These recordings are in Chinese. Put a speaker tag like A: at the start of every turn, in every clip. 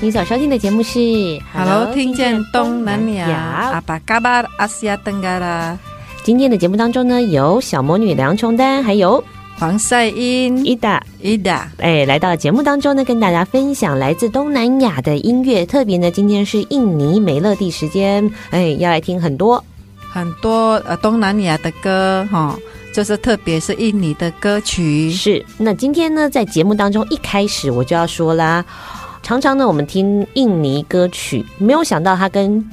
A: 你所收听的节目是《
B: Hello，听见东南亚，阿
A: 亚
B: 巴嘎巴阿西亚登嘎啦，
A: 今天的节目当中呢，有小魔女梁琼丹，还有
B: 黄赛英
A: 伊达。
B: 伊达，
A: 哎，来到节目当中呢，跟大家分享来自东南亚的音乐，特别呢，今天是印尼梅乐蒂时间，哎，要来听很多
B: 很多呃东南亚的歌哈、哦，就是特别是印尼的歌曲，
A: 是，那今天呢，在节目当中一开始我就要说啦，常常呢我们听印尼歌曲，没有想到它跟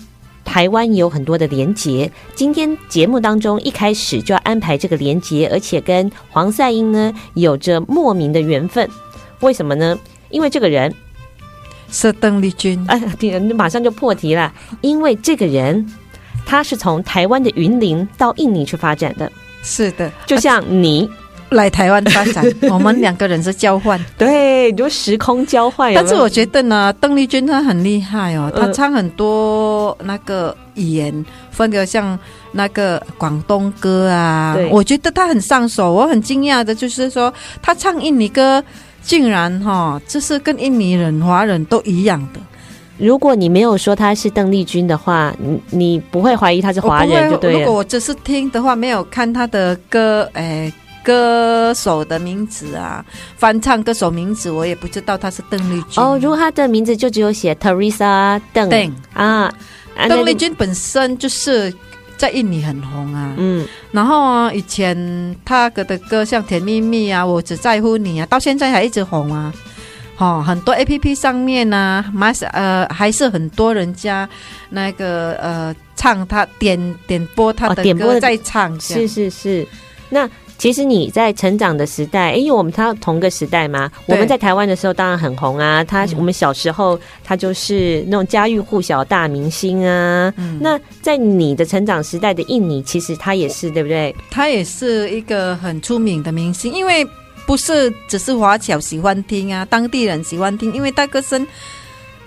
A: 台湾有很多的连结。今天节目当中一开始就要安排这个连结，而且跟黄赛英呢有着莫名的缘分。为什么呢？因为这个人，
B: 是邓丽君，
A: 哎，你马上就破题了。因为这个人，他是从台湾的云林到印尼去发展的，
B: 是的，
A: 就像你，
B: 来台湾发 展，我们两个人是交换。
A: 对，你就时空交换。有没呃
B: 但
A: 有
B: 是我觉得呢，邓丽君她很厉害哦，她唱很多那个语言，分别像那个广东歌啊
A: 对，
B: 我觉得她很上手。我很惊讶的就是说，她唱印尼歌竟然哈、就是跟印尼人、华人都一样的，
A: 如果你没有说他是邓丽君的话，你你不会怀疑他是华人就
B: 哦我不会
A: 对
B: 如果
A: 了。
B: 我只是听的话，没有看她的歌，哎。歌手的名字啊，翻唱歌手名字，我也不知道她是邓丽君。
A: 哦，如果他的名字就只有写 Teresa 邓
B: 邓
A: 啊，啊
B: 邓丽，君本身就是在印尼很红啊，
A: 那嗯，
B: 然后啊，以前她的歌像《甜蜜蜜》啊，《我只在乎你》啊，到现在还一直红啊。哦，很多 A P P 上面呢、啊，马上呃还是很多人家那个呃唱她点点播她
A: 哦
B: 的
A: 点播
B: 歌
A: 的
B: 在唱，这
A: 是是
B: 样
A: 是。那其实你在成长的时代，哎因为我们他同个时代嘛，我
B: 对
A: 们在台湾的时候当然很红啊。他
B: 嗯
A: 我们小时候他就是那种家喻户晓的大明星啊。
B: 嗯，
A: 那在你的成长时代的印尼，其实他也是对不对？
B: 她也是一个很出名的明星，因为不是只是华侨喜欢听啊，当地人喜欢听，因为她歌声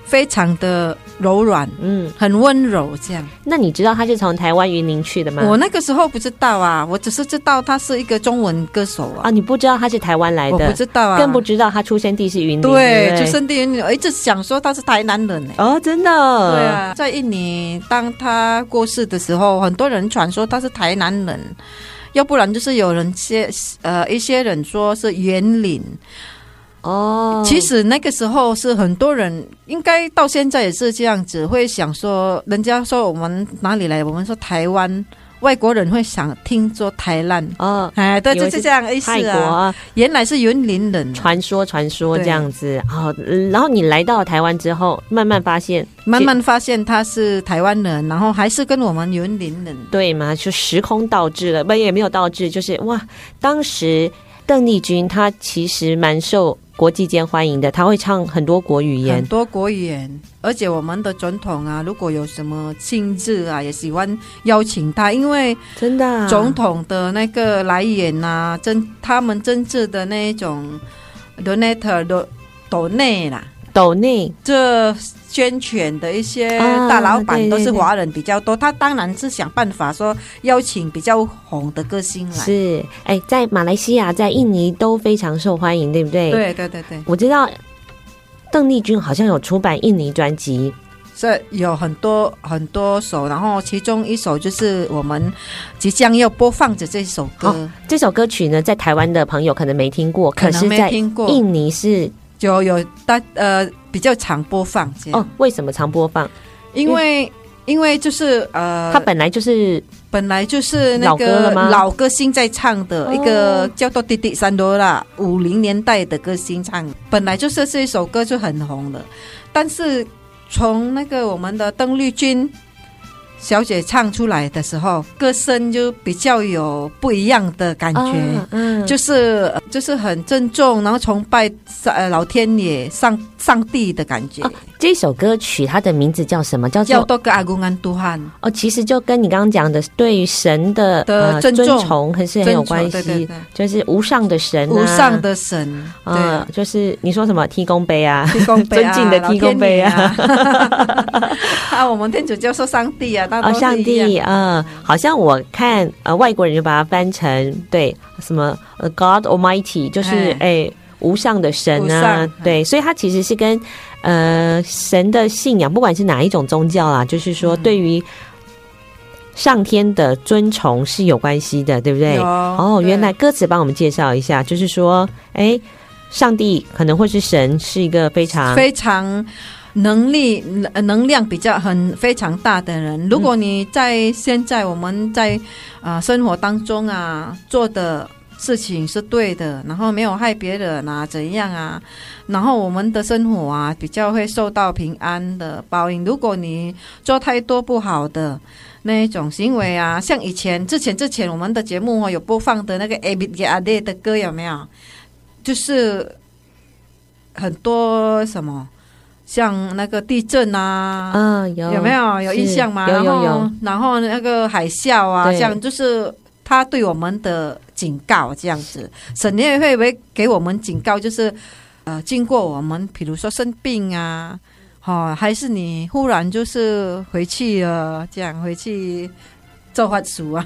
B: 非常的柔软，
A: 嗯，
B: 很温柔这样。
A: 那你知道他是从台湾云林去的吗？
B: 我那个时候不知道啊，我只是知道他是一个中文歌手啊，
A: 啊，你不知道他是台湾来
B: 我不
A: 的，
B: 知道啊，
A: 更不知道他出生地是云林，
B: 对，
A: 不
B: 就圣地人，我一直想说他是台南人呢、
A: 哦，真
B: 对
A: 的，，
B: 啊，在印尼，当他过世的时候，很多人传说他是台南人，要不然就是有人些呃一些人说是园林。
A: 哦，
B: 其实那个时候是很多人，应该到现在也是这样子，会想说，人家说我们哪里来，我们说台湾，外国人会想听说台湾，
A: 哦，
B: 哎，对，
A: 以为
B: 就是
A: 是
B: 这样意思
A: 泰国
B: 啊。
A: 啊
B: 原来是云林人，
A: 传说传说
B: 对
A: 这样子，哦，嗯然后你来到台湾之后，慢慢发现，
B: 慢慢发现他是台湾人，然后还是跟我们云林人。
A: 对嘛，就时空倒置了，不也没有倒置，就是哇，当时邓丽君她其实蛮受国际间欢迎的，她会唱很多国语言
B: 很，多国语言，而且我们的总统啊，如果有什么庆祝啊，也喜欢邀请他，因为
A: 真的啊
B: 总统的那个来源啊，政他们政治的那一种 donator 的斗内啦，
A: 斗内
B: 这捐钱的一些
A: 啊
B: 大老
A: 对
B: 板
A: 对
B: 都是
A: 对
B: 华人比较多，他当然是想办法说邀请比较红的歌星来。
A: 是，哎，在马来西亚、在印尼都非常受欢迎，对不对？
B: 对对对对。
A: 我知道邓丽君好像有出版印尼专辑，
B: 这有很多很多首，然后其中一首就是我们即将要播放的这首歌，
A: 哦这首歌曲呢，在台湾的朋友可能没听过，可
B: 能
A: 是，
B: 没
A: 在
B: 听过，
A: 印尼是
B: 就有大呃比较常播放这样，
A: 哦哦，为什么常播放？
B: 因为因为就是呃，
A: 他本来就是
B: 本来就是那
A: 老歌
B: 个
A: 了吗
B: 老歌星在唱的
A: 哦
B: 一个叫做《滴滴三多啦》，五零年代的歌星唱，本来就是这一首歌就很红的，但是从那个我们的邓丽君小姐唱出来的时候，歌声就比较有不一样的感觉。
A: 啊嗯，
B: 就是就是很郑重，然后崇拜呃老天爷、上上帝的感觉，
A: 啊这首歌曲它的名字叫什么？叫
B: 叫
A: 做
B: 多个阿公安都汉。
A: 哦，其实就跟你刚刚讲的对神的
B: 的
A: 呃
B: 尊重
A: 崇还是很有关
B: 对对
A: 系，
B: 对，
A: 就是无上的神、啊，
B: 无上的神，对，
A: 呃，就是你说什么提供杯啊，
B: 提供杯啊，
A: 尊敬的提供杯啊
B: 老天爷啊！ 啊，我们天主教说上帝啊，那
A: 哦，
B: 都
A: 上
B: 是一样
A: 帝，嗯，好像我看呃外国人就把它翻成对什么呃 God Almighty，就是哎
B: 哎、
A: 无上的神
B: 无
A: 啊
B: 上，哎
A: 对，所以它其实是跟呃神的信仰，不管是哪一种宗教啊，就是说
B: 嗯
A: 对于上天的尊崇是有关系的，对不对？
B: 有
A: 哦，
B: 对
A: 原来歌词帮我们介绍一下，就是说，哎，上帝可能会是神，是一个非常
B: 非常。能力能能量比较很非常大的人，如果你在现在我们在啊、呃生活当中啊做的事情是对的，然后没有害别人啊怎样啊，然后我们的生活啊比较会受到平安的报应。如果你做太多不好的那一种行为啊，像以前之前之前我们的节目哦有播放的那个 A B G A D 的歌有没有？就是很多什么，像那个地震啊，
A: 啊、有
B: 有没？有有印
A: 是
B: 象吗？
A: 有有
B: 然后
A: 有
B: 然后那个海啸啊，
A: 对
B: 这样就是他对我们的警告，这样子，神也会为给我们警告，就是呃，经过我们，比如说生病啊。哦，还是你忽然就是回去了，这样回去做法术啊？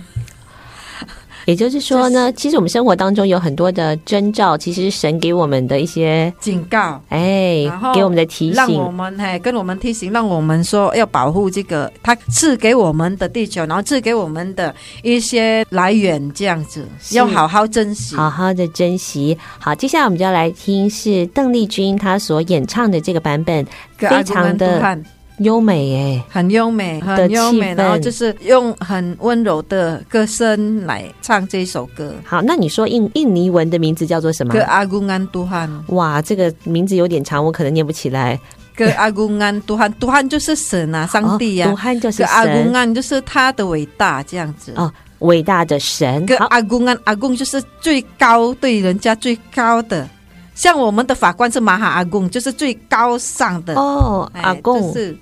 A: 也就是说呢，其实我们生活当中有很多的征兆，其实是神给我们的一些
B: 警告，
A: 哎
B: 然后，
A: 给我们的提
B: 让我
A: 醒。
B: 们嘿跟我们提醒，让我们说要保护这个他赐给我们的地球，然后赐给我们的一些来源，这样子
A: 是
B: 要好好珍惜。
A: 好好的珍惜。好，接下来我们就要来听是邓丽君她所演唱的这个版本，
B: 跟
A: 非
B: 阿公
A: 常
B: 们
A: 的
B: 都看
A: 优美哎，
B: 很优美，
A: 的
B: 很
A: 气
B: 优美，
A: 氛
B: 然后就是用很温柔的歌声来唱这首歌。
A: 好，那你说印印尼文的名字叫做什么
B: 歌？阿公安都汉，
A: 哇，这个名字有点长，我可能念不起来。
B: 歌阿公安都汉，都汉就是神啊，上帝
A: 哦
B: 啊
A: 鲁。汉就是
B: 歌阿公啊
A: 神，
B: 安就是他的伟大，这样子。
A: 哦伟大的神。
B: 跟
A: 好，
B: 阿公啊，阿公就是最高对人家最高的，像我们的法官是马哈阿公，就是最高尚的、
A: 哦，
B: 哎
A: 阿贡
B: 就是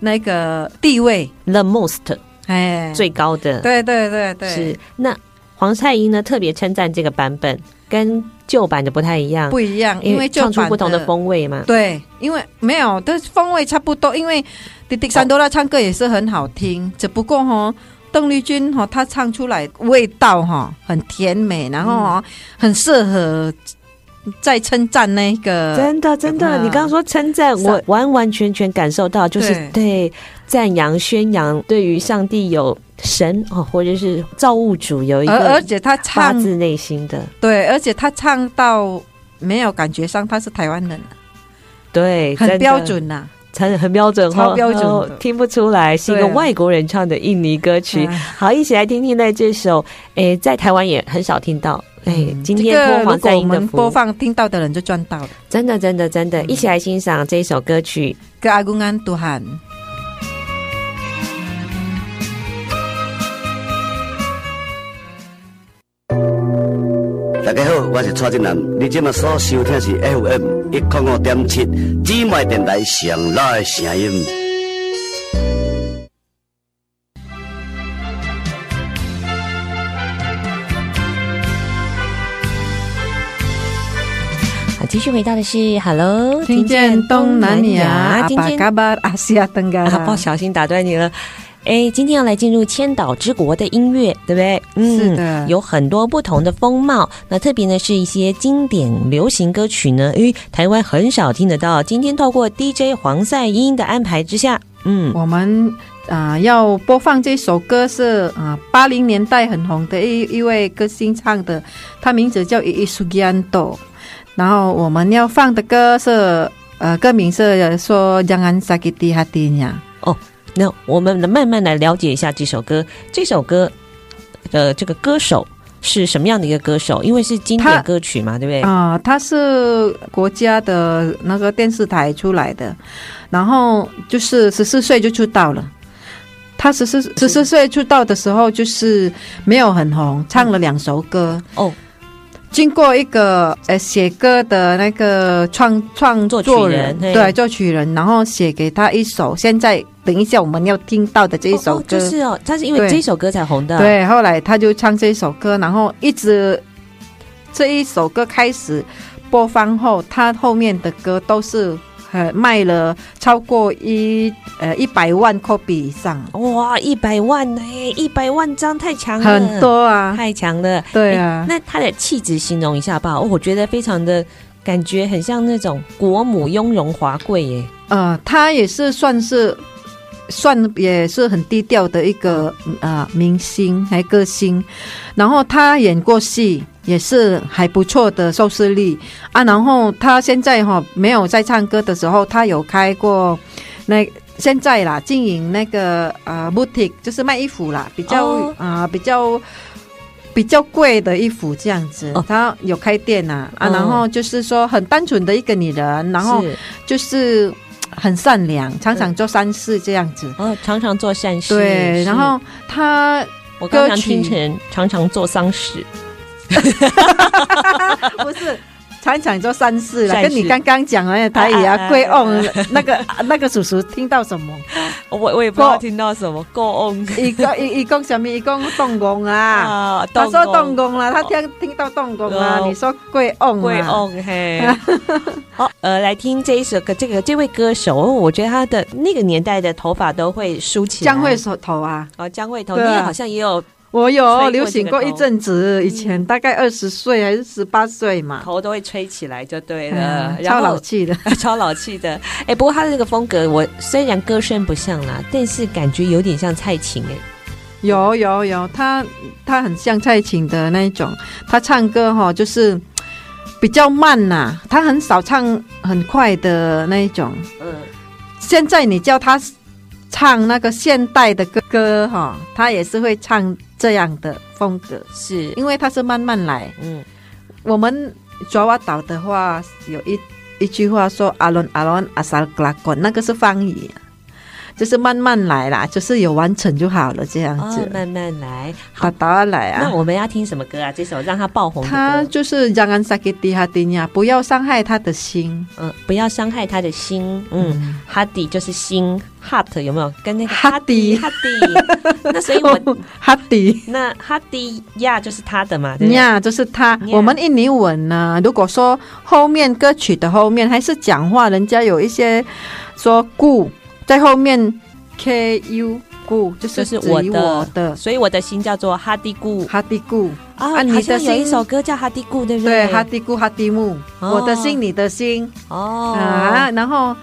B: 那个地位，
A: ，the most
B: 哎，
A: 最高的。
B: 对对对对，
A: 是那黄蔡英呢特别称赞这个版本跟旧版的不太一样，
B: 不一样，因为旧
A: 唱出
B: 版
A: 不同的。风味嘛。
B: 对，因为没有，但是风味差不多。因为迪迪山多拉唱歌也是很好听，只不过哈、哦，邓丽君哈、哦，她唱出来味道哈、哦、很甜美，然后
A: 嗯
B: 哦、很适合再称赞那个
A: 真的，真的，
B: 嗯
A: 你刚刚说称赞，我
B: 上
A: 完完全全感受到，就是对
B: 对
A: 赞扬、宣扬对于上帝有神哦，或者是造物主有一
B: 而而
A: 个
B: 且他
A: 发
B: 唱
A: 自内心的，
B: 对，而且他唱到没有感觉上他是台湾人，
A: 对，哎真
B: 很
A: 的
B: 标，准啊呐、
A: 很很标准，
B: 超标准的
A: 哦听不出来是一个
B: 对啊
A: 外国人唱的印尼歌曲。
B: 哎
A: 好，一起来听听呢这首，诶，在台湾也很少听到，诶，哎今天播
B: 这
A: 嗯
B: 个如
A: 黄
B: 果
A: 赛
B: 我
A: 英的
B: 们
A: 福，
B: 播放听到的人就赚到了。
A: 真的，真的，真的，一起来欣赏这首歌曲。
B: Ke agungan Tuhan.
C: đại gia hảo, tôi là Chu Trinh Nam. Bạn今麦所收听是 FM 一零五点七姊妹电台上来的声音。
A: 好，继续回到的是 Hello，今
B: apa
A: 天
B: kabar Asia
A: 啊，
B: Tenggara?
A: 不小心打断你了。哎，今天要来进入千岛之国的音乐，对不对？嗯
B: 是的
A: 有很多不同的风貌。那特别呢是一些经典流行歌曲呢，诶，台湾很少听得到。今天透过 DJ 黄赛英的安排之下，嗯，
B: 我们啊、要播放这首歌是啊八零年代很红的一一位歌星唱的，他名字叫 i s u g i a n d o 然后我们要放的歌是呃歌名是说 Jangan sakiti hatinya。
A: 那我们来慢慢来了解一下这首歌，这首歌的这个歌手是什么样的一个歌手？因为是经典
B: 他
A: 歌曲嘛，对不对？
B: 啊、他是国家的那个电视台出来的，然后就是十四岁就出道了。他十四十四岁出道的时候，就是没有很红，唱了两首歌。
A: 哦，
B: 经过一个呃写歌的那个创创
A: 作曲
B: 作
A: 人嘿
B: 对作曲人，然后写给他一首，现在等一下我们要听到的这一
A: 哦
B: 首
A: 哦
B: 歌，
A: 就是哦，他是因为
B: 对
A: 这首歌才红的。，
B: 对，后来他就唱这一首歌，然后一直这一首歌开始播放后，他后面的歌都是呃卖了超过一呃一百万 copy 以上，
A: 哇，一百万呢、一百万张太强了，
B: 很多啊，
A: 太强了。
B: 对啊，
A: 那她的气质形容一下吧，哦，我觉得非常的感觉很像那种国母雍容华贵耶。
B: 呃，他也是算是。算也是很低调的一个啊、呃明星，还歌星，然后他演过戏，也是还不错的收视率啊。然后他现在哈、没有在唱歌的时候，他有开过那现在啦经营那个呃 boutique，就是卖衣服啦，比较啊、
A: 哦
B: 呃比较比较贵的衣服这样子。
A: 哦
B: 他有开店呐啊，
A: 哦
B: 然后就是说很单纯的一个女人，然后
A: 是
B: 就是嘖很善良，常常做善事这样子。
A: 哦，常常做善事。
B: 对，
A: 是
B: 然后他
A: 我刚
B: 歌
A: 刚
B: 曲
A: 听成常常做丧事，
B: 不是。常常做善事了，
A: 善事
B: 跟你刚刚讲的台语
A: 啊啊
B: 啊，贵
A: 啊
B: 翁那个那个叔叔听到什 么？
A: 我我也不知道听到什么够翁
B: 一个一一共什么？一共动工啊！
A: 啊，
B: 他说动
A: 工
B: 工了，他听听到动工啊，
A: 哦
B: 你说贵翁
A: 贵
B: 啊？
A: 翁 嘿。好，呃，来听这一首歌，这个这位歌手，哦我觉得他的那个年代的头发都会梳起来。
B: 将会手头啊！
A: 哦，姜惠头，你
B: 对啊
A: 也好像也有
B: 我
A: 吹
B: 有哦
A: 过
B: 流行过一阵子，以前大概二十岁还是十八岁嘛，
A: 头都会吹起来就对了
B: 嗯，
A: 然
B: 超
A: 后
B: 老气的。
A: 超老气的。哎、不过他的这个风格，我虽然歌声不像啦，但是感觉有点像蔡琴哎、
B: 有有有，他他很像蔡琴的那一种，他唱歌哈、就是比较慢呐、他很少唱很快的那一种。
A: 嗯，
B: 现在你叫他唱那个现代的歌歌哈、他也是会唱这样的风格，
A: 是，
B: 因为他是慢慢来。
A: 嗯，
B: 我们爪哇岛的话有一一句话说阿伦阿伦阿萨格拉滚，那个是方言，就是慢慢来啦，就是有完成就好了这样子。
A: 哦，慢慢来。
B: 好，答案来啊！
A: 那我们要听什么歌啊？这首让他爆红的
B: 他
A: 歌，
B: 就是让安萨给迪哈迪亚，不要伤害他 的心。
A: 嗯，不要伤害他的心，嗯，
B: 嗯，
A: 哈迪就是心，heart 有没有？跟那个
B: 哈迪
A: 哈迪， 那所以我
B: 哈迪
A: 那哈迪亚就是他的嘛，对不对？
B: 呀，就是他。
A: 呀
B: 我们印尼文呢，如果说后面歌曲的后面还是讲话，人家有一些说故在后面 k u 故，就
A: 就
B: 是
A: 是
B: 指
A: 我
B: 以
A: 的
B: 我的
A: 所以我的心叫做哈迪固
B: 哈迪故，
A: 啊
B: 啊你
A: 好像
B: 的
A: 有一
B: 心
A: 首歌叫哈迪固，对不
B: 对，
A: 对
B: 哈迪故哈迪木，
A: 哦
B: 我的心你的心
A: 哦
B: 啊，然后。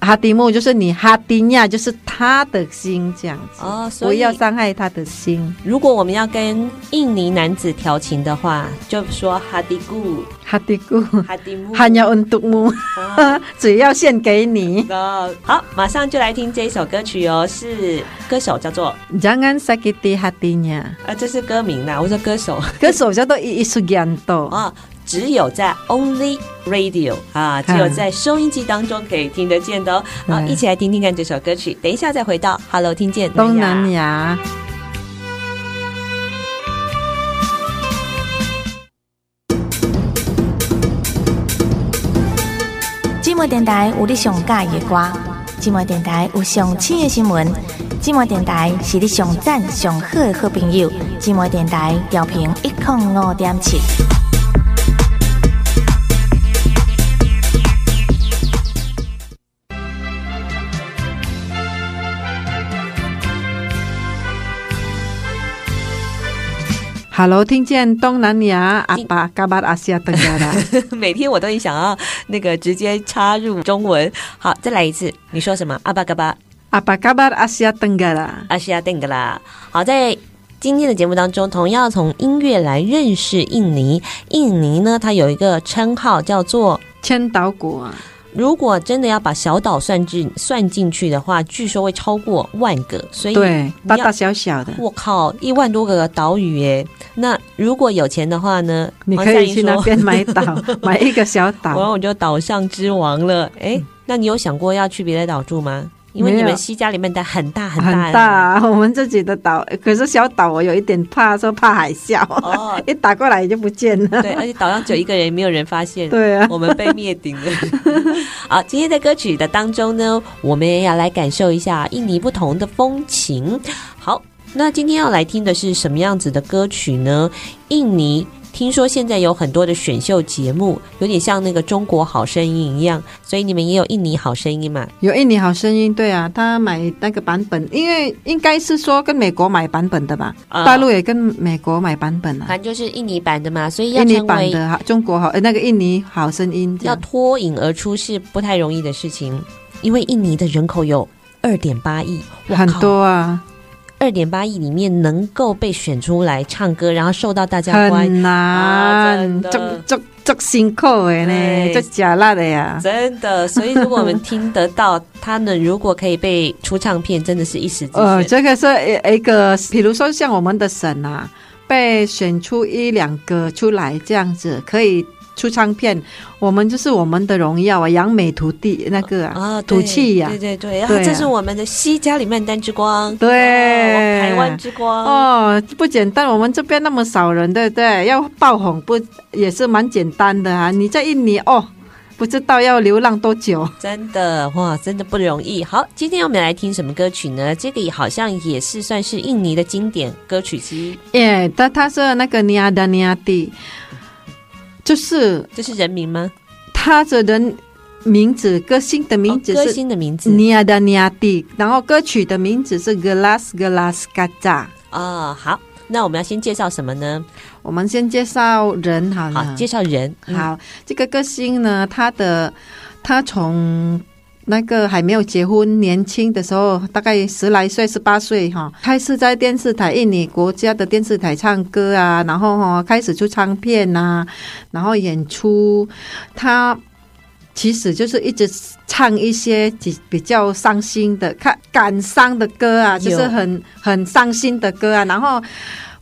B: 哈迪木就是你，哈迪亚就是他的心这样子，
A: 哦，所
B: 不
A: 以
B: 要伤害他的心。
A: 如果我们要跟印尼男子调情的话，就说哈迪固、
B: 哈迪 姑，
A: 哈迪木、
B: 汉要恩独木， 只要献给你。
A: 啊。好，马上就来听这一首歌曲哦，是歌手叫做
B: Jangan sakiti hatinya，
A: 啊，这是歌名啦，我说歌手
B: 歌手叫做 i s u g a n t o
A: 啊，只有在 Only Radio 啊，只有在收音机当中可以听得见的哦。好，
B: 对
A: 一起来听听看这首歌曲，等一下再回到 Hello 听见
B: 东
A: 亚
B: 南亚。
D: 寂寞电台有你上喜欢的歌，寂寞电台有上新的新闻，寂寞电台是你上赞上好的好朋友。寂寞电台调频一点五点七。
B: Hello，听见东南亚阿巴嘎巴阿西亚登嘎啦，
A: 哎每天我都很想要那个直接插入中文。好，再来一次，你说什么？阿巴嘎巴。
B: 阿巴嘎巴阿西亚登嘎啦。
A: 阿西亚定格啦。好，在今天的节目当中，同样从音乐来认识印尼。印尼呢，它有一个称号叫做
B: 千岛国啊，
A: 如果真的要把小岛算进算进去的话，据说会超过万个，所以
E: 对，
A: 你
E: 大
A: 要
E: 大小小的，
A: 我靠，一万多个岛屿耶！那如果有钱的话呢？
E: 你
A: 黄
E: 可
A: 夏
E: 以
A: 莹
E: 去那
A: 说
E: 边买 岛，买一个小
A: 然后
E: 岛。
A: 我就岛上之王了。哎，那你有想过要去别的岛住吗？因为
E: 嗯没
A: 你
E: 有
A: 们西加里面的很大很
E: 很
A: 大
E: 大、啊， 我们自己的岛，可是小岛我有一点怕，说怕海啸，
A: 哦
E: 一打过来就不见了。
A: 对，而且岛上只有一个人，没有人发 现。
E: 对 啊，
A: 我们被灭顶了。 好，今天在歌曲的当中呢，我们也要来感受一下印尼不同的风情。好，那今天要来听的是什么样子的歌曲呢？印尼。听说现在有很多的选秀节目，有点像那个《中国好声音》一样，所以你们也有印尼好声音嘛？
B: 有印尼好声音，对啊，他买那个版本，因为应该是说跟美国买版本的吧，
A: 啊
B: 大陆也跟美国买版本啊，
A: 反正就是印尼版的嘛，所以要
B: 印尼
A: 哎成
B: 版
A: 为
B: 的好中国好，呃，那个印尼好声音这
A: 要
B: 样，
A: 脱颖而出是不太容易的事情，因为印尼的人口有二点八亿，哇
B: 很
A: 靠
B: 多啊，
A: 二点八亿里面能够被选出来唱歌，然后受到大家欢迎，
B: 很
A: 啊真
B: 难，
A: 的
B: 足足足辛苦的呢，
A: 对
B: 足假辣的呀，
A: 真的。所以如果我们听得到他们，如果可以被出唱片，真的是一时之
B: 呃，
A: 选。
B: 这个是一一个，比如说像我们的省啊，被选出一两个出来这样子，可以出唱片，我们就是我们的荣耀啊，扬美土地那个啊，
A: 啊，
B: 赌
A: 对
B: 气呀
A: 对对对，啊，
B: 对啊
A: 这是我们的西加里曼丹之光，
B: 对
A: 哦台湾之光，
B: 哦，不简单，我们这边那么少人，对不对？要爆红不也是蛮简单的啊？你在印尼哦，不知道要流浪多 久。
A: 真的哇，真的不容易。好，今天我们来听什么歌曲呢？这个也好像也是算是印尼的经典歌曲之一，
B: 耶，他哎他是那个尼亚的尼亚蒂，就是
A: 这是人名吗？
B: 他的人名字，歌星的名字
A: 哦歌
B: 是
A: 星的名字
B: 尼亚的尼亚蒂，然后歌曲的名字是 Glass Glass Gaza。
A: 哦。好，那我们要先介绍什么呢？
B: 我们先介绍人好了，
A: 好，介绍人。嗯
B: 好，这个歌星呢，他的他从那个还没有结婚，年轻的时候，大概十来岁、十八岁哈，开始在电视台，印尼国家的电视台唱歌啊，然后哈、开始出唱片呐、然后演出，他。其实就是一直唱一些比比较伤心的、看感伤的歌啊，就是
A: 有
B: 很很伤心的歌啊。然后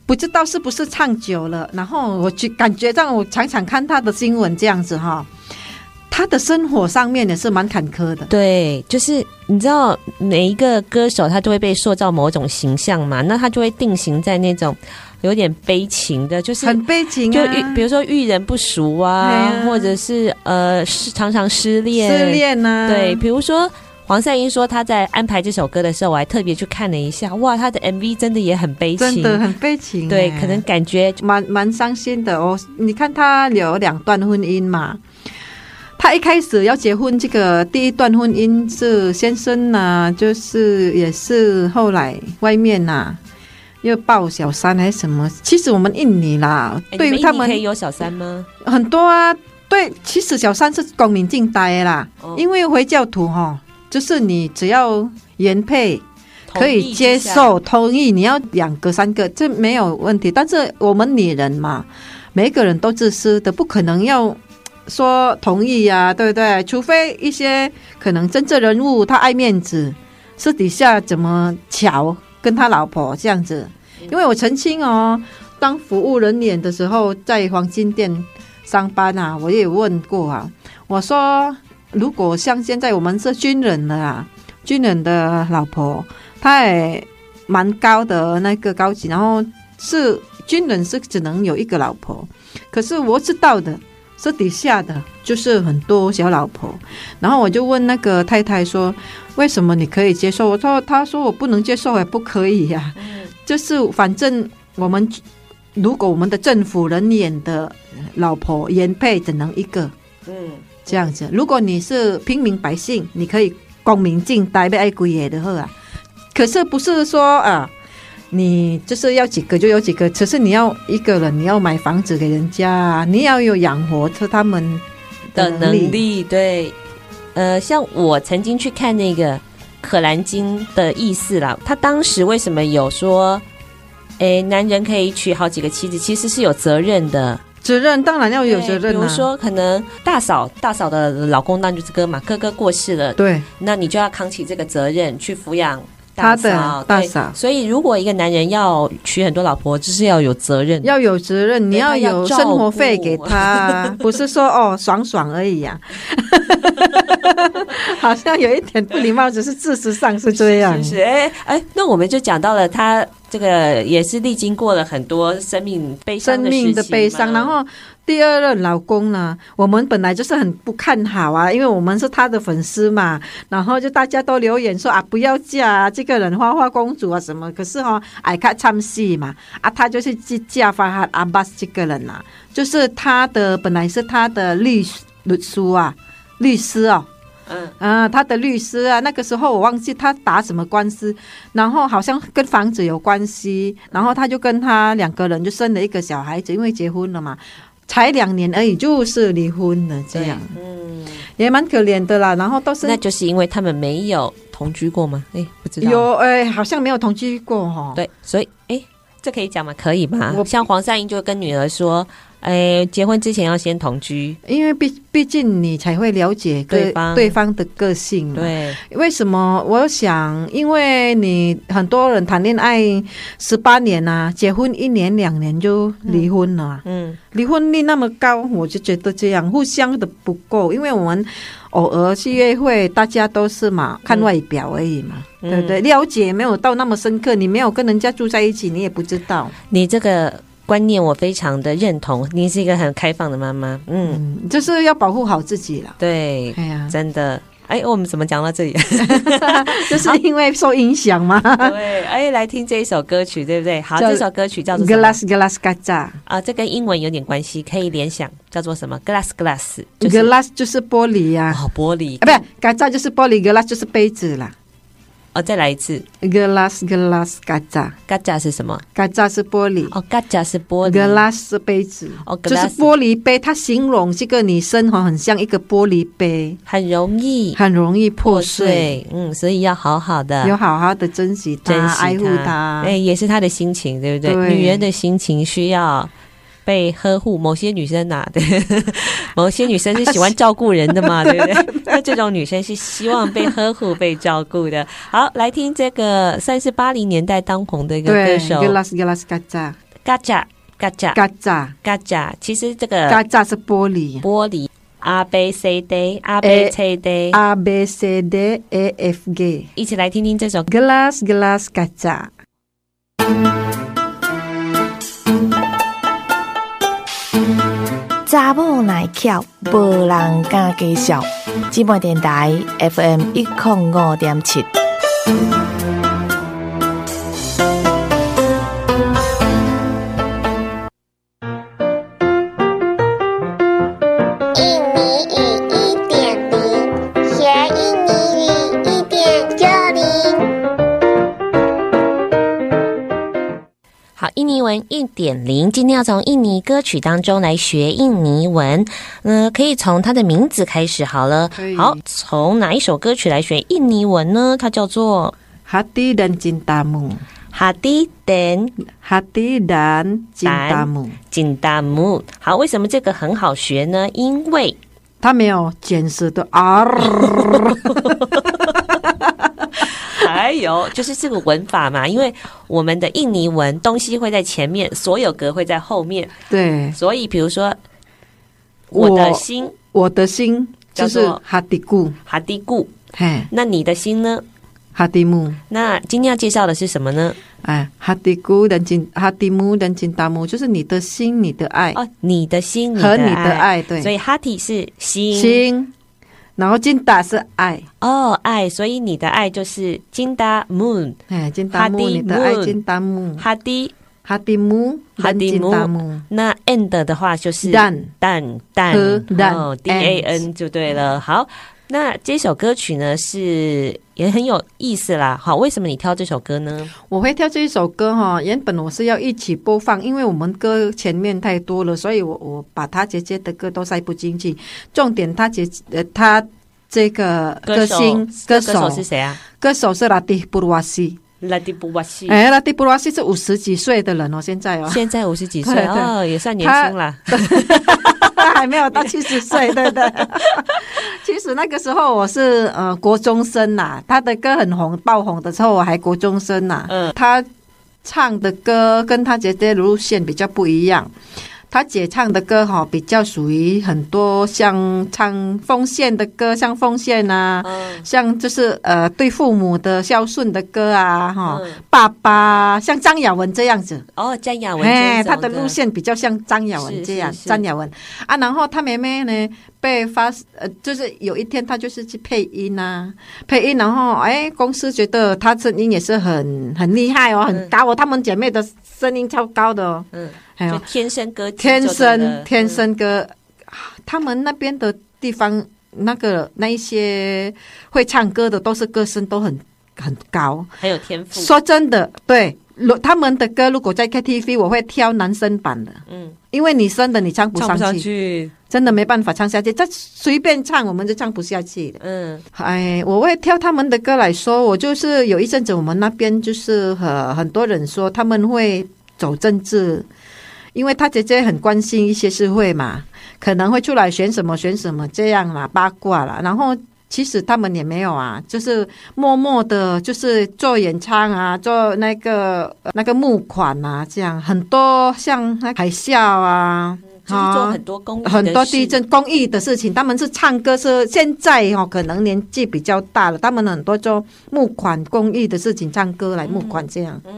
B: 不知道是不是唱久了，然后我去感觉让我常常看他的新闻这样子哈，他的生活上面也是蛮坎坷的。
A: 对，就是你知道每一个歌手他都会被塑造某种形象嘛，那他就会定型在那种有点悲情的，就是
B: 很悲情
A: 就
B: 啊，
A: 遇比如说遇人不淑啊，
B: 对啊
A: 或者是呃失常常失恋，
B: 失恋呐、啊，
A: 对，比如说。黄赛英说，她在安排这首歌的时候，我还特别去看了一下，哇，她的 MV 真的也很悲情，
B: 真的很悲情、
A: 对，
B: 哎
A: 可能感觉
B: 蛮蛮伤心的哦。你看他有两段婚姻嘛，他一开始要结婚，这个第一段婚姻是先生呢、就是也是后来外面呐、又抱小三还是什么？其实我们印尼啦，
A: 哎
B: 对
A: 你们
B: 于他
A: 印尼
B: 们
A: 可以有小三吗？
B: 很多啊，对，其实小三是光明正大的啦，
A: 哦
B: 因为回教徒哈、就是你只要原配可
A: 同
B: 以
A: 意
B: 接
A: 之下，
B: 受同意，你要两个三个这没有问题。但是我们女人嘛，每一个人都自私的，不可能要说同意呀、对不对？除非一些可能真正人物他爱面子，私底下怎么巧跟他老婆这样子。
A: 嗯
B: 因为我曾经哦，当服务人员的时候，在黄金店上班啊，我也问过啊，我说如果像现在我们是军人的啊，军人的老婆，她也蛮高的那个高级，然后是军人是只能有一个老婆，可是我知道的。私底下的就是很多小老婆，然后我就问那个太太说：“为什么你可以接受？”我说：“她说我不能接受，也哎不可以呀、
A: 嗯
B: 就是反正我们如果我们的政府人演的老婆原配只能一个，
A: 嗯，
B: 这样子。如果你是平民百姓，你可以光明正大被爱鬼也的喝啊。可是不是说啊，你就是要几个就有几个，只是你要一个人，你要买房子给人家啊，你要有养活着他们
A: 的能
B: 力。
A: 力，对，呃，像我曾经去看那个《可兰经》的意思啦，他当时为哎什么有说，诶，男人可以娶好几个妻子，其实是有责任的，
B: 责任当然要有责任、啊，
A: 比如说可能大嫂，大嫂的老公当然就是哥嘛，哥哥过世了，
B: 对
A: 那你就要扛起这个责任去抚养大
B: 他
A: 嫂。
B: 的大
A: 对
B: 嫂
A: 所以如果一个男人要娶很多老婆，就是要有责任。
B: 要有责任，你
A: 对
B: 要
A: 他要
B: 有
A: 照
B: 生活费给
A: 顾
B: 他啊，不是说哦爽爽而 已呀、啊，好像有一点不礼貌，只是事实上是这样。
A: 是哎哎，那我们就讲到了他这个也是历经过了很多生命悲伤
B: 生
A: 的
B: 命
A: 事
B: 的
A: 情
B: 悲伤。
A: 嘛
B: 然后第二任老公呢，我们本来就是很不看好啊，因为我们是他的粉丝嘛，然后就大家都留言说啊，不要嫁、啊、这个人花花公主啊什么。可是哈、哦，爱看唱戏嘛，啊，他就是去嫁法哈阿巴斯这个人呐、啊，就是他的本来是他的律师律师啊，律师哦。
A: 嗯
B: 啊，他的律师啊，那个时候我忘记他打什么官司，然后好像跟房子有关系，然后他就跟他两个人就生了一个小孩子，因为结婚了嘛，才两年而已，就是离婚了，这样，嗯，也蛮可怜的啦。然后到现
A: 那
B: 在
A: 就是因为他们没有同居过吗？哎，不知道。
B: 有哎、好像没有同居过哈、
A: 对，所以哎，这可以讲吗？可以吧
B: 我？
A: 像黄善英就跟女儿说，哎，结婚之前要先同居。
B: 因为毕毕竟你才会了解个
A: 对方
B: 对方的个性嘛，
A: 对，
B: 为什么？我想，因为你很多人谈恋爱十八年啊，结婚一年两年就离婚了啊、
A: 嗯，
B: 离婚率那么高，我就觉得这样互相的不够，因为我们偶尔去约会，大家都是嘛看外表而已嘛，
A: 嗯
B: 对不对？了解没有到那么深刻，你没有跟人家住在一起，你也不知道。
A: 你这个观念我非常的认同，你是一个很开放的妈妈。嗯，
B: 嗯，就是要保护好自己了。
A: 对，
B: 哎呀，
A: 真的。哎，我们怎么讲到这里？
B: 就是因为受影响嘛。
A: 对，哎，来听这一首歌曲，对不对？好，
B: 叫
A: 这首歌曲叫做什么
B: glass glass 嘎扎
A: 啊，这跟英文有点关系，可以联想，叫做什么？glass glass，就是
B: glass 就是玻璃呀、
A: 哦，玻璃
B: 啊，。不是，嘎扎就是玻璃，glass 就是杯子啦。
A: 哦，再来一次
B: glass glass 嘎扎，
A: ，gaja 是什么？
B: 嘎扎是玻璃。
A: 哦，gaja 是玻璃。
B: glass 是杯子，
A: 哦
B: 就是
A: ，glass
B: 玻璃杯。它形容这个女生哈，很像一个玻璃杯，
A: 很容易
B: 很容易破
A: 破
B: 碎。
A: 碎，嗯，所以要好好
B: 有
A: 的
B: 好好的珍惜它，
A: 珍惜
B: 爱护它。
A: 啊它，哎，也是她的心情，对不对？
B: 对
A: 女人的心情需要。被呵护，某些女生呐、对， 某些女生是喜欢照顾人的 嘛，对不对？那这种女生是希望被呵护、被照顾的。好，来听这个算是八零年代当红的一个歌
B: 对
A: 手啊
B: ，glass glass 嘎扎，
A: ，Gaja Gaja
B: 嘎扎，
A: Gaja。其实这
B: 嘎
A: 个
B: 扎是玻璃。
A: 啊玻璃阿贝 C Day 阿贝 C Day，
B: A B C D E F G。
A: 一起来听听这首
B: Glass glass 嘎扎，
D: 查某耐巧，无人敢介绍。姊妹电台 FM 一零五点七。
F: 印尼语一点零，学印尼语一点就灵。
A: 好，印尼文一点零，今天要从印尼歌曲当中来学印尼文。呃，可以从它的名字开始好了
B: 可以。
A: 好，从哪一首歌曲来学印尼文呢？它叫做
B: hati dan cintamu。
A: 《Hadi Dan
B: hati dan cintamu，
A: Jindamu》。好，为什么这个很好学呢？因为
B: 他没有简舌的 r，
A: 还有哎就是这个文法嘛，因为我们的印尼文东西会在前面，所有格会在后面，
B: 对，
A: 所以比如说
B: 我
A: 我的心
B: 我的心就
A: 叫
B: 是
A: 做
B: 哈迪固，
A: 哈迪固，
B: 嘿，
A: 那你的心呢？
B: 哈迪木，
A: 那今天要介绍的是什么呢？
B: 哎，哈迪固人金哈迪木人金达木，就是你的心，你的爱，
A: 哦，你的心
B: 哎和你的爱，对，
A: 所以哈体是心
B: 心，然后金达是爱，
A: 哦爱，所以你的爱就是金达 moon
B: 哎，金达木，
A: 哈迪
B: 你的爱
A: 木
B: 金达木，
A: 哈迪。
B: 哈迪木，
A: 哈迪
B: 人金
A: 木
B: 达木，
A: 那 and 的话就是
B: 蛋
A: 蛋
B: 和
A: 蛋
B: 蛋
A: 哦 d a
B: and
A: n 就对了。好，那这首歌曲呢是也很有意思啦。好，为什么你挑这首歌呢？
B: 我会挑这一首歌哈、原本我是要一起播放，因为我们歌前面太多了，所以我我把他姐姐的歌都塞不进去。重点他姐呃他这个歌
A: 手
B: 星歌
A: 歌手是谁啊
B: 歌手是拉蒂布鲁瓦西，
A: 拉蒂布瓦西，
B: 哎，拉蒂布拉西是五十几岁的人哦，现在哦，
A: 现在五十几岁
B: 对对
A: 哦，也算年
B: 他
A: 轻啦。
B: 还没有到七十岁，对 对。其实那个时候我是呃国中生呐、他的歌很红爆红的时候，我还国中生呐、
A: 嗯
B: 他唱的歌跟他姐姐路线比较不一样。他姐唱的歌哈、比较属于很多像唱奉献的歌，像奉献啊，
A: 嗯
B: 像就是呃对父母的孝顺的歌啊，哈、
A: 嗯
B: 爸爸啊像张雅文这样子，
A: 哦，江雅文
B: 哎，
A: 这种
B: 他的路线比较像张雅
A: 是
B: 文这样
A: 是，是
B: 张雅文啊，然后他妹妹呢被发呃，就是有一天他就是去配音呐、配音，然后哎，公司觉得他声音也是很很厉害哦，很高哦，他们姐妹的声音超高的哦，
A: 嗯，
B: 还
A: 就
B: 有
A: 天生歌姬
B: 天
A: 就嗯对了
B: 生天生歌，啊他们那边的地方那个那一些会唱歌的都是歌声都很很高，
A: 嗯很有天赋，
B: 说真的，对，如他们的歌如果在 KTV，我会挑男生版的，
A: 嗯，
B: 因为女生的你唱不
A: 唱
B: 上
A: 不上
B: 去，
A: 去，
B: 真的没办法唱下去。这随便唱我们就唱不下去的。
A: 嗯
B: 哎，我会挑他们的歌来说，我就是有一阵子我们那边就是很很多人说他们会走政治，因为他姐姐很关心一些社会嘛，可能会出来选什么选什么这样啦，八卦啦，然后。其实他们也没有啊，就是默默的，就是做演唱啊，做那个呃那个募款啊，这样很多像那海啸啊，
A: 嗯就是做很多公益的
B: 很多
A: 事
B: 地震公益的事情，他们是唱歌是现在哦，可能年纪比较大了，他们很多做募款公益的事情，唱歌来募款这样。嗯，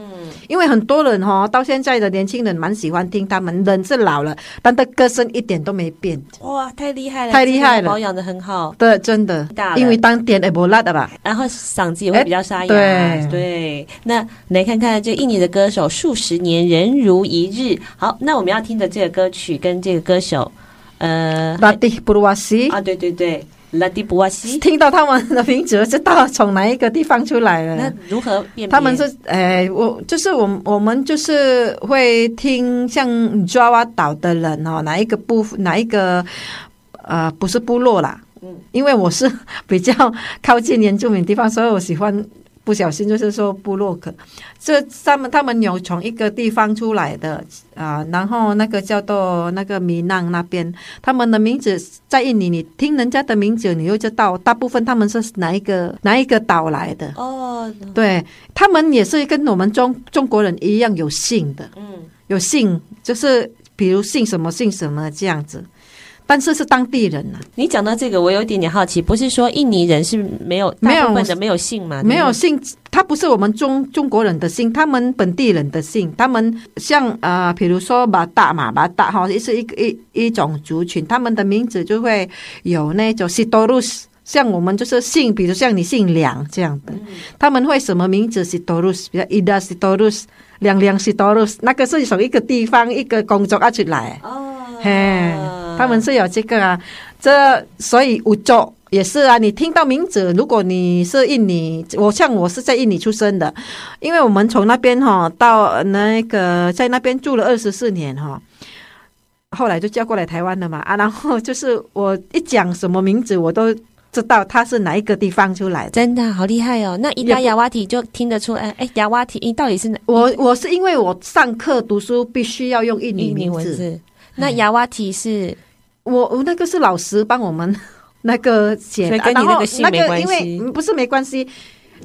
B: 因为很多人哦，到现在的年轻人蛮喜欢听他们，人是老了，但的歌声一点都没变。
A: 哇，太厉害了，
B: 太厉害了
A: 这个保养的很好，
B: 对，真的
A: 大，了
B: 因为当点也不辣的吧？
A: 然后嗓子也会比较沙哑。
B: 哎对
A: 那来看看这印尼的歌手，数十年人如一日。好，那我们要听的这个歌曲跟这个歌手，呃，
B: 拉蒂布鲁瓦西，
A: 啊，对对对，拉蒂布瓦西，
B: 听到他们的名字就知道从哪一个地方出来了。
A: 那如何辨别？
B: 他们是哎，我就是我们我们就是会听像抓哇岛的人哦，哪一个部哪一个呃不是部落啦，嗯，因为我是 比较靠近原住民地方，所以我喜欢不小心就是说部落客，这他们他们有从一个地方出来的啊、然后那个叫做那个米浪那边，他们的名字在印尼，你听人家的名字，你就知道大部分他们是哪一个哪一个岛来的。
A: 哦，
B: 对他们也是跟我们中中国人一样有姓的，
A: 嗯，
B: 有姓就是比如姓什么姓什么这样子，但是是当地人啊呐、
A: 你讲到这个，我有一点点好奇，不是说印尼人是没有
B: 没有
A: 大部分的没有姓吗？
B: 没有
A: 对不对
B: 姓，他不是我们中中国人的姓，他们本地人的姓，他们像呃，比如说马达马马达哈，是一个一一种族群，他们的名字就会有那种 s i t o r u s 像我们就是姓，比如像你姓梁这样的，他们会什么名字 s i t o r u s 比如 Ida s i t o r u s 梁梁 s i t o r u s 那个是从一个地方一个工作啊出来，
A: 哦，
B: 嘿，他们是有这个啊，这所以五洲也是啊。你听到名字，如果你是印尼，我像我是在印尼出生的，因为我们从那边哈、到呃那个在那边住了二十四年哈、后来就嫁过来台湾了嘛啊，然后就是我一讲什么名字，我都知道他是哪一个地方出来的。
A: 真的好厉害哦。那一打
B: 也不
A: 雅瓦提就听得出来，哎，雅瓦提你到底是哪
B: 我我是因为我上课读书必须要用印尼
A: 印尼
B: 名
A: 文
B: 字，
A: 字？嗯那雅瓦提是
B: 我我那个是老师帮我们 那个写
A: 所
B: 的，
A: 以跟你
B: 然后
A: 那个姓没关系
B: 那个因为嗯不是没关系。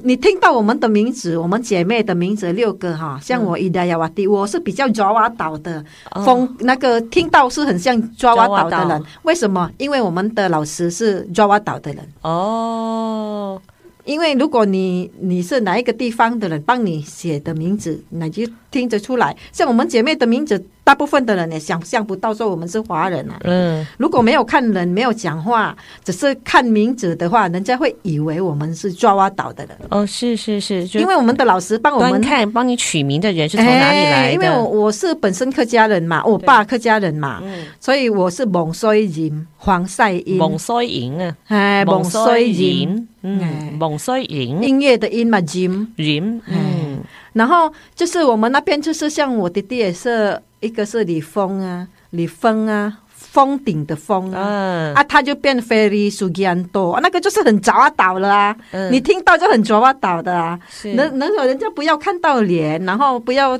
B: 你听到我们的名字，我们姐妹的名字六个哈，像我伊达雅瓦蒂，我是比较爪哇岛的
A: 嗯哦
B: 风，那个听到是很像爪哇岛
A: 爪
B: 的
A: 哇
B: 人
A: 岛。
B: 为什么？因为我们的老师是爪哇岛的人。
A: 哦，
B: 因为如果你你是哪一个地方的人，帮你写的名字，你就听得出来。像我们姐妹的名字，大部分的人也想象不到说我们是华人啊。
A: 嗯，
B: 如果没有看人，没有讲话，只是看名字的话，人家会以为我们是抓哇岛的人，
A: 哦，是是是，就
B: 因为我们的老师帮我
A: 端
B: 们。
A: 看帮你取名的人是从哪里
B: 哎
A: 来的？
B: 因为我我是本身客家人嘛，我爸客家人嘛，
A: 嗯，
B: 所以我是蒙衰人、黄赛音，
A: 蒙衰银啊，
B: 哎，蒙衰人，
A: 银，嗯
B: 哎，
A: 蒙衰银
B: 音乐的音嘛，人。
A: 银，嗯，
B: 然后就是我们那边就是像我弟弟也是一个是李峰啊，李峰啊，峰顶的峰啊，
A: 嗯
B: 啊，它就变 ferry s u g i a n d o 啊那个就是很爪哇岛了啊，
A: 嗯
B: 你听到就很爪哇岛的啊，
A: 是
B: 能能有人家不要看到脸，然后不要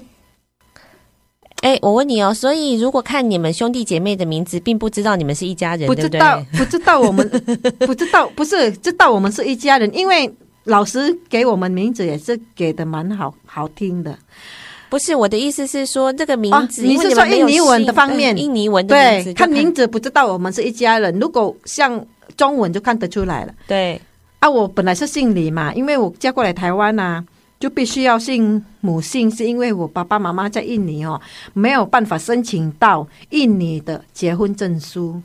A: 哎，我问你哦，所以如果看你们兄弟姐妹的名字，并不知道你们是一家人，
B: 不
A: 对
B: 知
A: 对？
B: 道不知道我 们不知道不是知道我们是一家人，因为老师给我们名字也是给的蛮好好听的，
A: 不是我的意思是说，这个名字，
B: 啊你
A: 因为
B: 是
A: 你
B: 说
A: 们没有
B: 印尼文的
A: 姓
B: 方面
A: 嗯印尼文的名字
B: 对，
A: 就
B: 看名字不知道我们是一家人，如果像中文就看得出来了。
A: 对
B: 啊，我本来是姓李嘛，因为我嫁过来台湾呐、就必须要姓母姓，是因为我爸爸妈妈在印尼哦，没有办法申请到印尼的结婚证书。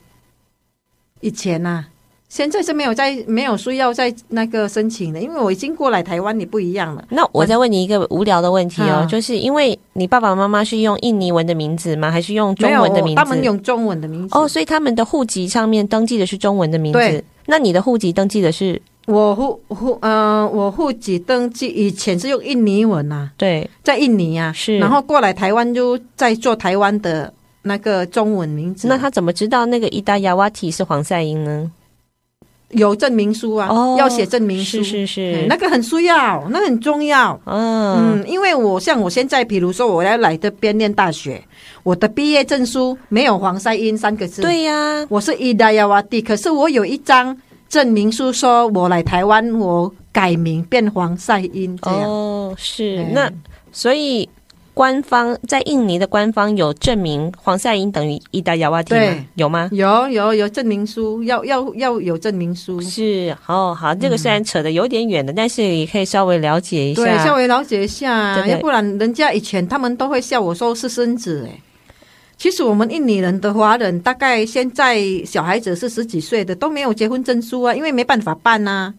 B: 以前呐、现在是没有在没有需要在那个申请的，因为我已经过来台湾，你不一样了。
A: 那我再问你一个无聊的问题哦，
B: 嗯
A: 就是因为你爸爸妈妈是用印尼文的名字吗？还是用中
B: 没有
A: 文的名字？
B: 他们用中文的名字。
A: 哦，所以他们的户籍上面登记的是中文的名字
B: 对。
A: 那你的户籍登记的是
B: 我户户呃，我户籍登记以前是用印尼文呐、
A: 对
B: 在印尼啊，
A: 是
B: 然后过来台湾就在做台湾的那个中文名字。
A: 那他怎么知道那个伊达雅瓦提是黄赛英呢？
B: 有证明书啊，
A: 哦
B: 要写证明书，
A: 是是
B: 嗯
A: 是，
B: 那个很需要，那很重要。
A: 嗯
B: 嗯，因为我像我现在，比如说我要来这边念大学，我的毕业证书没有黄赛英三个字，，
A: 对呀、
B: 我是伊达亚瓦蒂，可是我有一张证明书，说我来台湾，我改名变黄赛英这样。
A: 哦，是
B: 对
A: 那所以官方在印尼的官方有证明黄赛英等于伊达雅瓦提吗
B: 对？
A: 有吗？
B: 有有有证明书，要要要有证明书，
A: 是，哦，好，这个虽然扯得有点远了，但是也可以稍微了解一
B: 嗯对，
A: 下。
B: 稍微了解一下
A: 对
B: 啊，
A: 对
B: 要不然人家以前他们都会笑我说是孙子哎。其实我们印尼人的华人，大概现在小孩子是十几岁的都没有结婚证书啊，因为没办法办啊呐、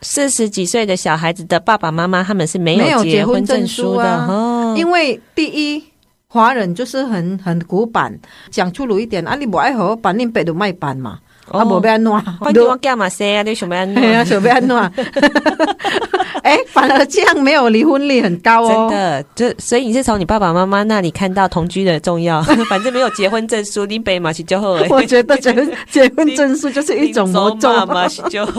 A: 四十几岁的小孩子的爸爸妈妈，他们是没
B: 没有
A: 结
B: 结
A: 婚
B: 婚
A: 证
B: 证
A: 书
B: 书
A: 的
B: 啊
A: 哦。
B: 因为第一，华人就是很很古板，讲粗鲁一点啊，你不爱好办，你白都卖办嘛，啊，
A: 哦
B: 无要安怎
A: 换句话干嘛谁啊？你想要
B: 哎呀，
A: 弄？
B: 想要安怎？ 哎，反而这样没有离婚率很高
A: 真
B: 哦。
A: 的，就所以你是从你爸爸妈妈那里看到同居的重要， 反正没有结婚证书，你北马去就后
B: 我觉得 结婚结婚证书就是一种魔咒。
A: 嘛，是就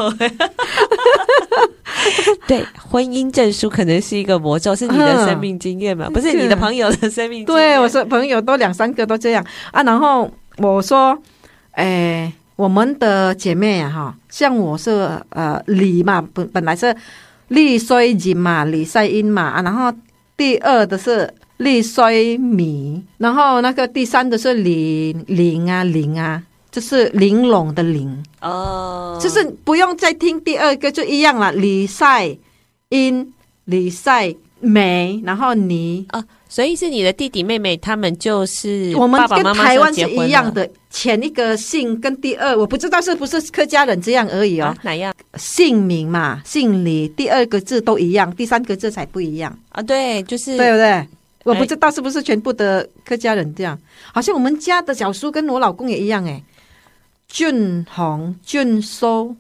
A: 对，婚姻证书可能是一个魔咒，是你的生命经验嘛，不是
B: 是
A: 你的朋友的生命经验。
B: 嗯对，我说朋友都两三个都这样啊。然后我说，哎，我们的姐妹啊，哈，像我是呃李嘛，本本来是利衰金嘛，李赛英嘛，啊然后第二的是利衰米，然后那个第三的是李玲啊玲啊，就是玲珑的玲，
A: 哦，
B: 就是不用再听第二个就一样了，李赛英，李赛梅，然后你。
A: 啊，所以是你的弟弟妹妹他们就是
B: 我们
A: 爸爸
B: 跟
A: 妈妈
B: 台湾
A: 时候
B: 是
A: 结婚
B: 一样
A: 了
B: 的，前一个姓跟第二，我不知道是不是客家人这样而已哦
A: 啊，，哪样
B: 姓名嘛，姓李，第二个字都一样，第三个字才不一样，
A: 啊？对，就是
B: 对不对？
A: 哎
B: 我不知道是不是全部的客家人这样，好像我们家的小叔跟我老公也一样哎，俊宏、俊收，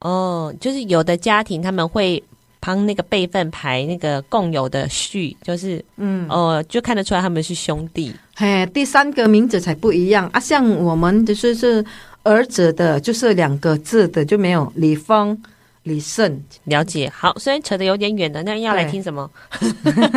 A: 哦，就是有的家庭他们会帮那个辈分排那个共有的序，就是
B: 嗯，
A: 哦，就看得出来他们是兄弟。
B: 嘿，第三个名字才不一样啊，像我们就是是儿子的，就是两个字的就没有李峰、李胜。
A: 了解，好，虽然扯得有点远了，那要来
B: 对
A: 听什么？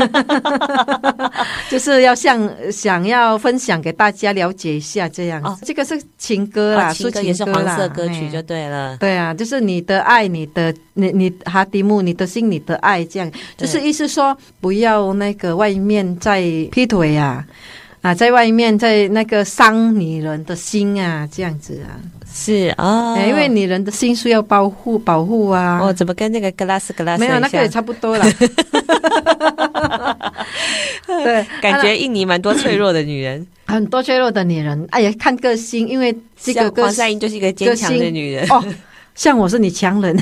B: 就是要向想要分享给大家了解一下这样。
A: 哦
B: 哦，这个是情歌
A: 啊
B: 啦，
A: 情歌
B: 抒
A: 也是
B: 情
A: 黄
B: 啦
A: 色歌曲
B: 哎
A: 就对了。
B: 对啊，就是你的爱，你的你你哈迪木，你的心，你的爱，这样
A: 对
B: 就是意思说不要那个外面在劈腿啊。啊，在外面在那个伤女人的心啊，这样子啊，
A: 是啊、哦
B: 哎因为女人的心是要保护保护啊，
A: 哦，怎么跟那个格拉斯格拉斯
B: 没有那个也差不 多了。对，
A: 感觉印尼蛮多脆弱的女人，
B: 很多脆弱的女人，哎呀，看个性，因为 这个
A: 像
B: 个
A: 黄赛英就是一个坚强的女人，
B: 哦，像我是你 强人，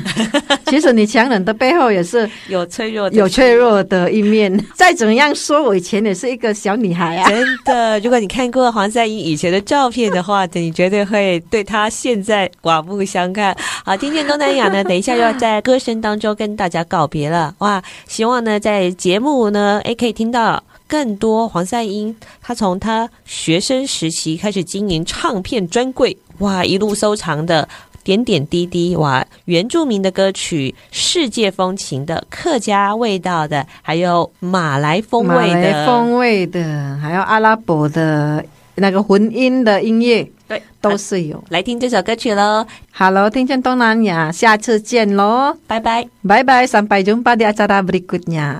B: 其实你强人的背后也是
A: 有脆弱的
B: 有脆弱的一面。再怎样说，我以前也是一个小女孩啊。
A: 真的，如果你看过黄赛英以前的照片的话，你绝对会对她现在刮目相看。啊好，听见东南亚呢，等一下要在 哎歌声当中跟大家告别了。哇，希望呢在节目呢，诶可以听到。更多黄赛英，他从他学生时期开始经营唱片专柜，哇，一路收藏的点点滴滴，哇，原住民的歌曲、世界风情的、客家味道的，还有马来风
B: 马
A: 味的
B: 来风味的，还有阿拉伯的那个混音的音乐
A: 对，
B: 都
A: 啊
B: 是有。
A: 来听这首歌曲喽，
B: Halo, tingkat Tong Nanya. Saya Cian loh.
A: 拜拜。
B: Bye bye, sampai jumpa di acara berikutnya.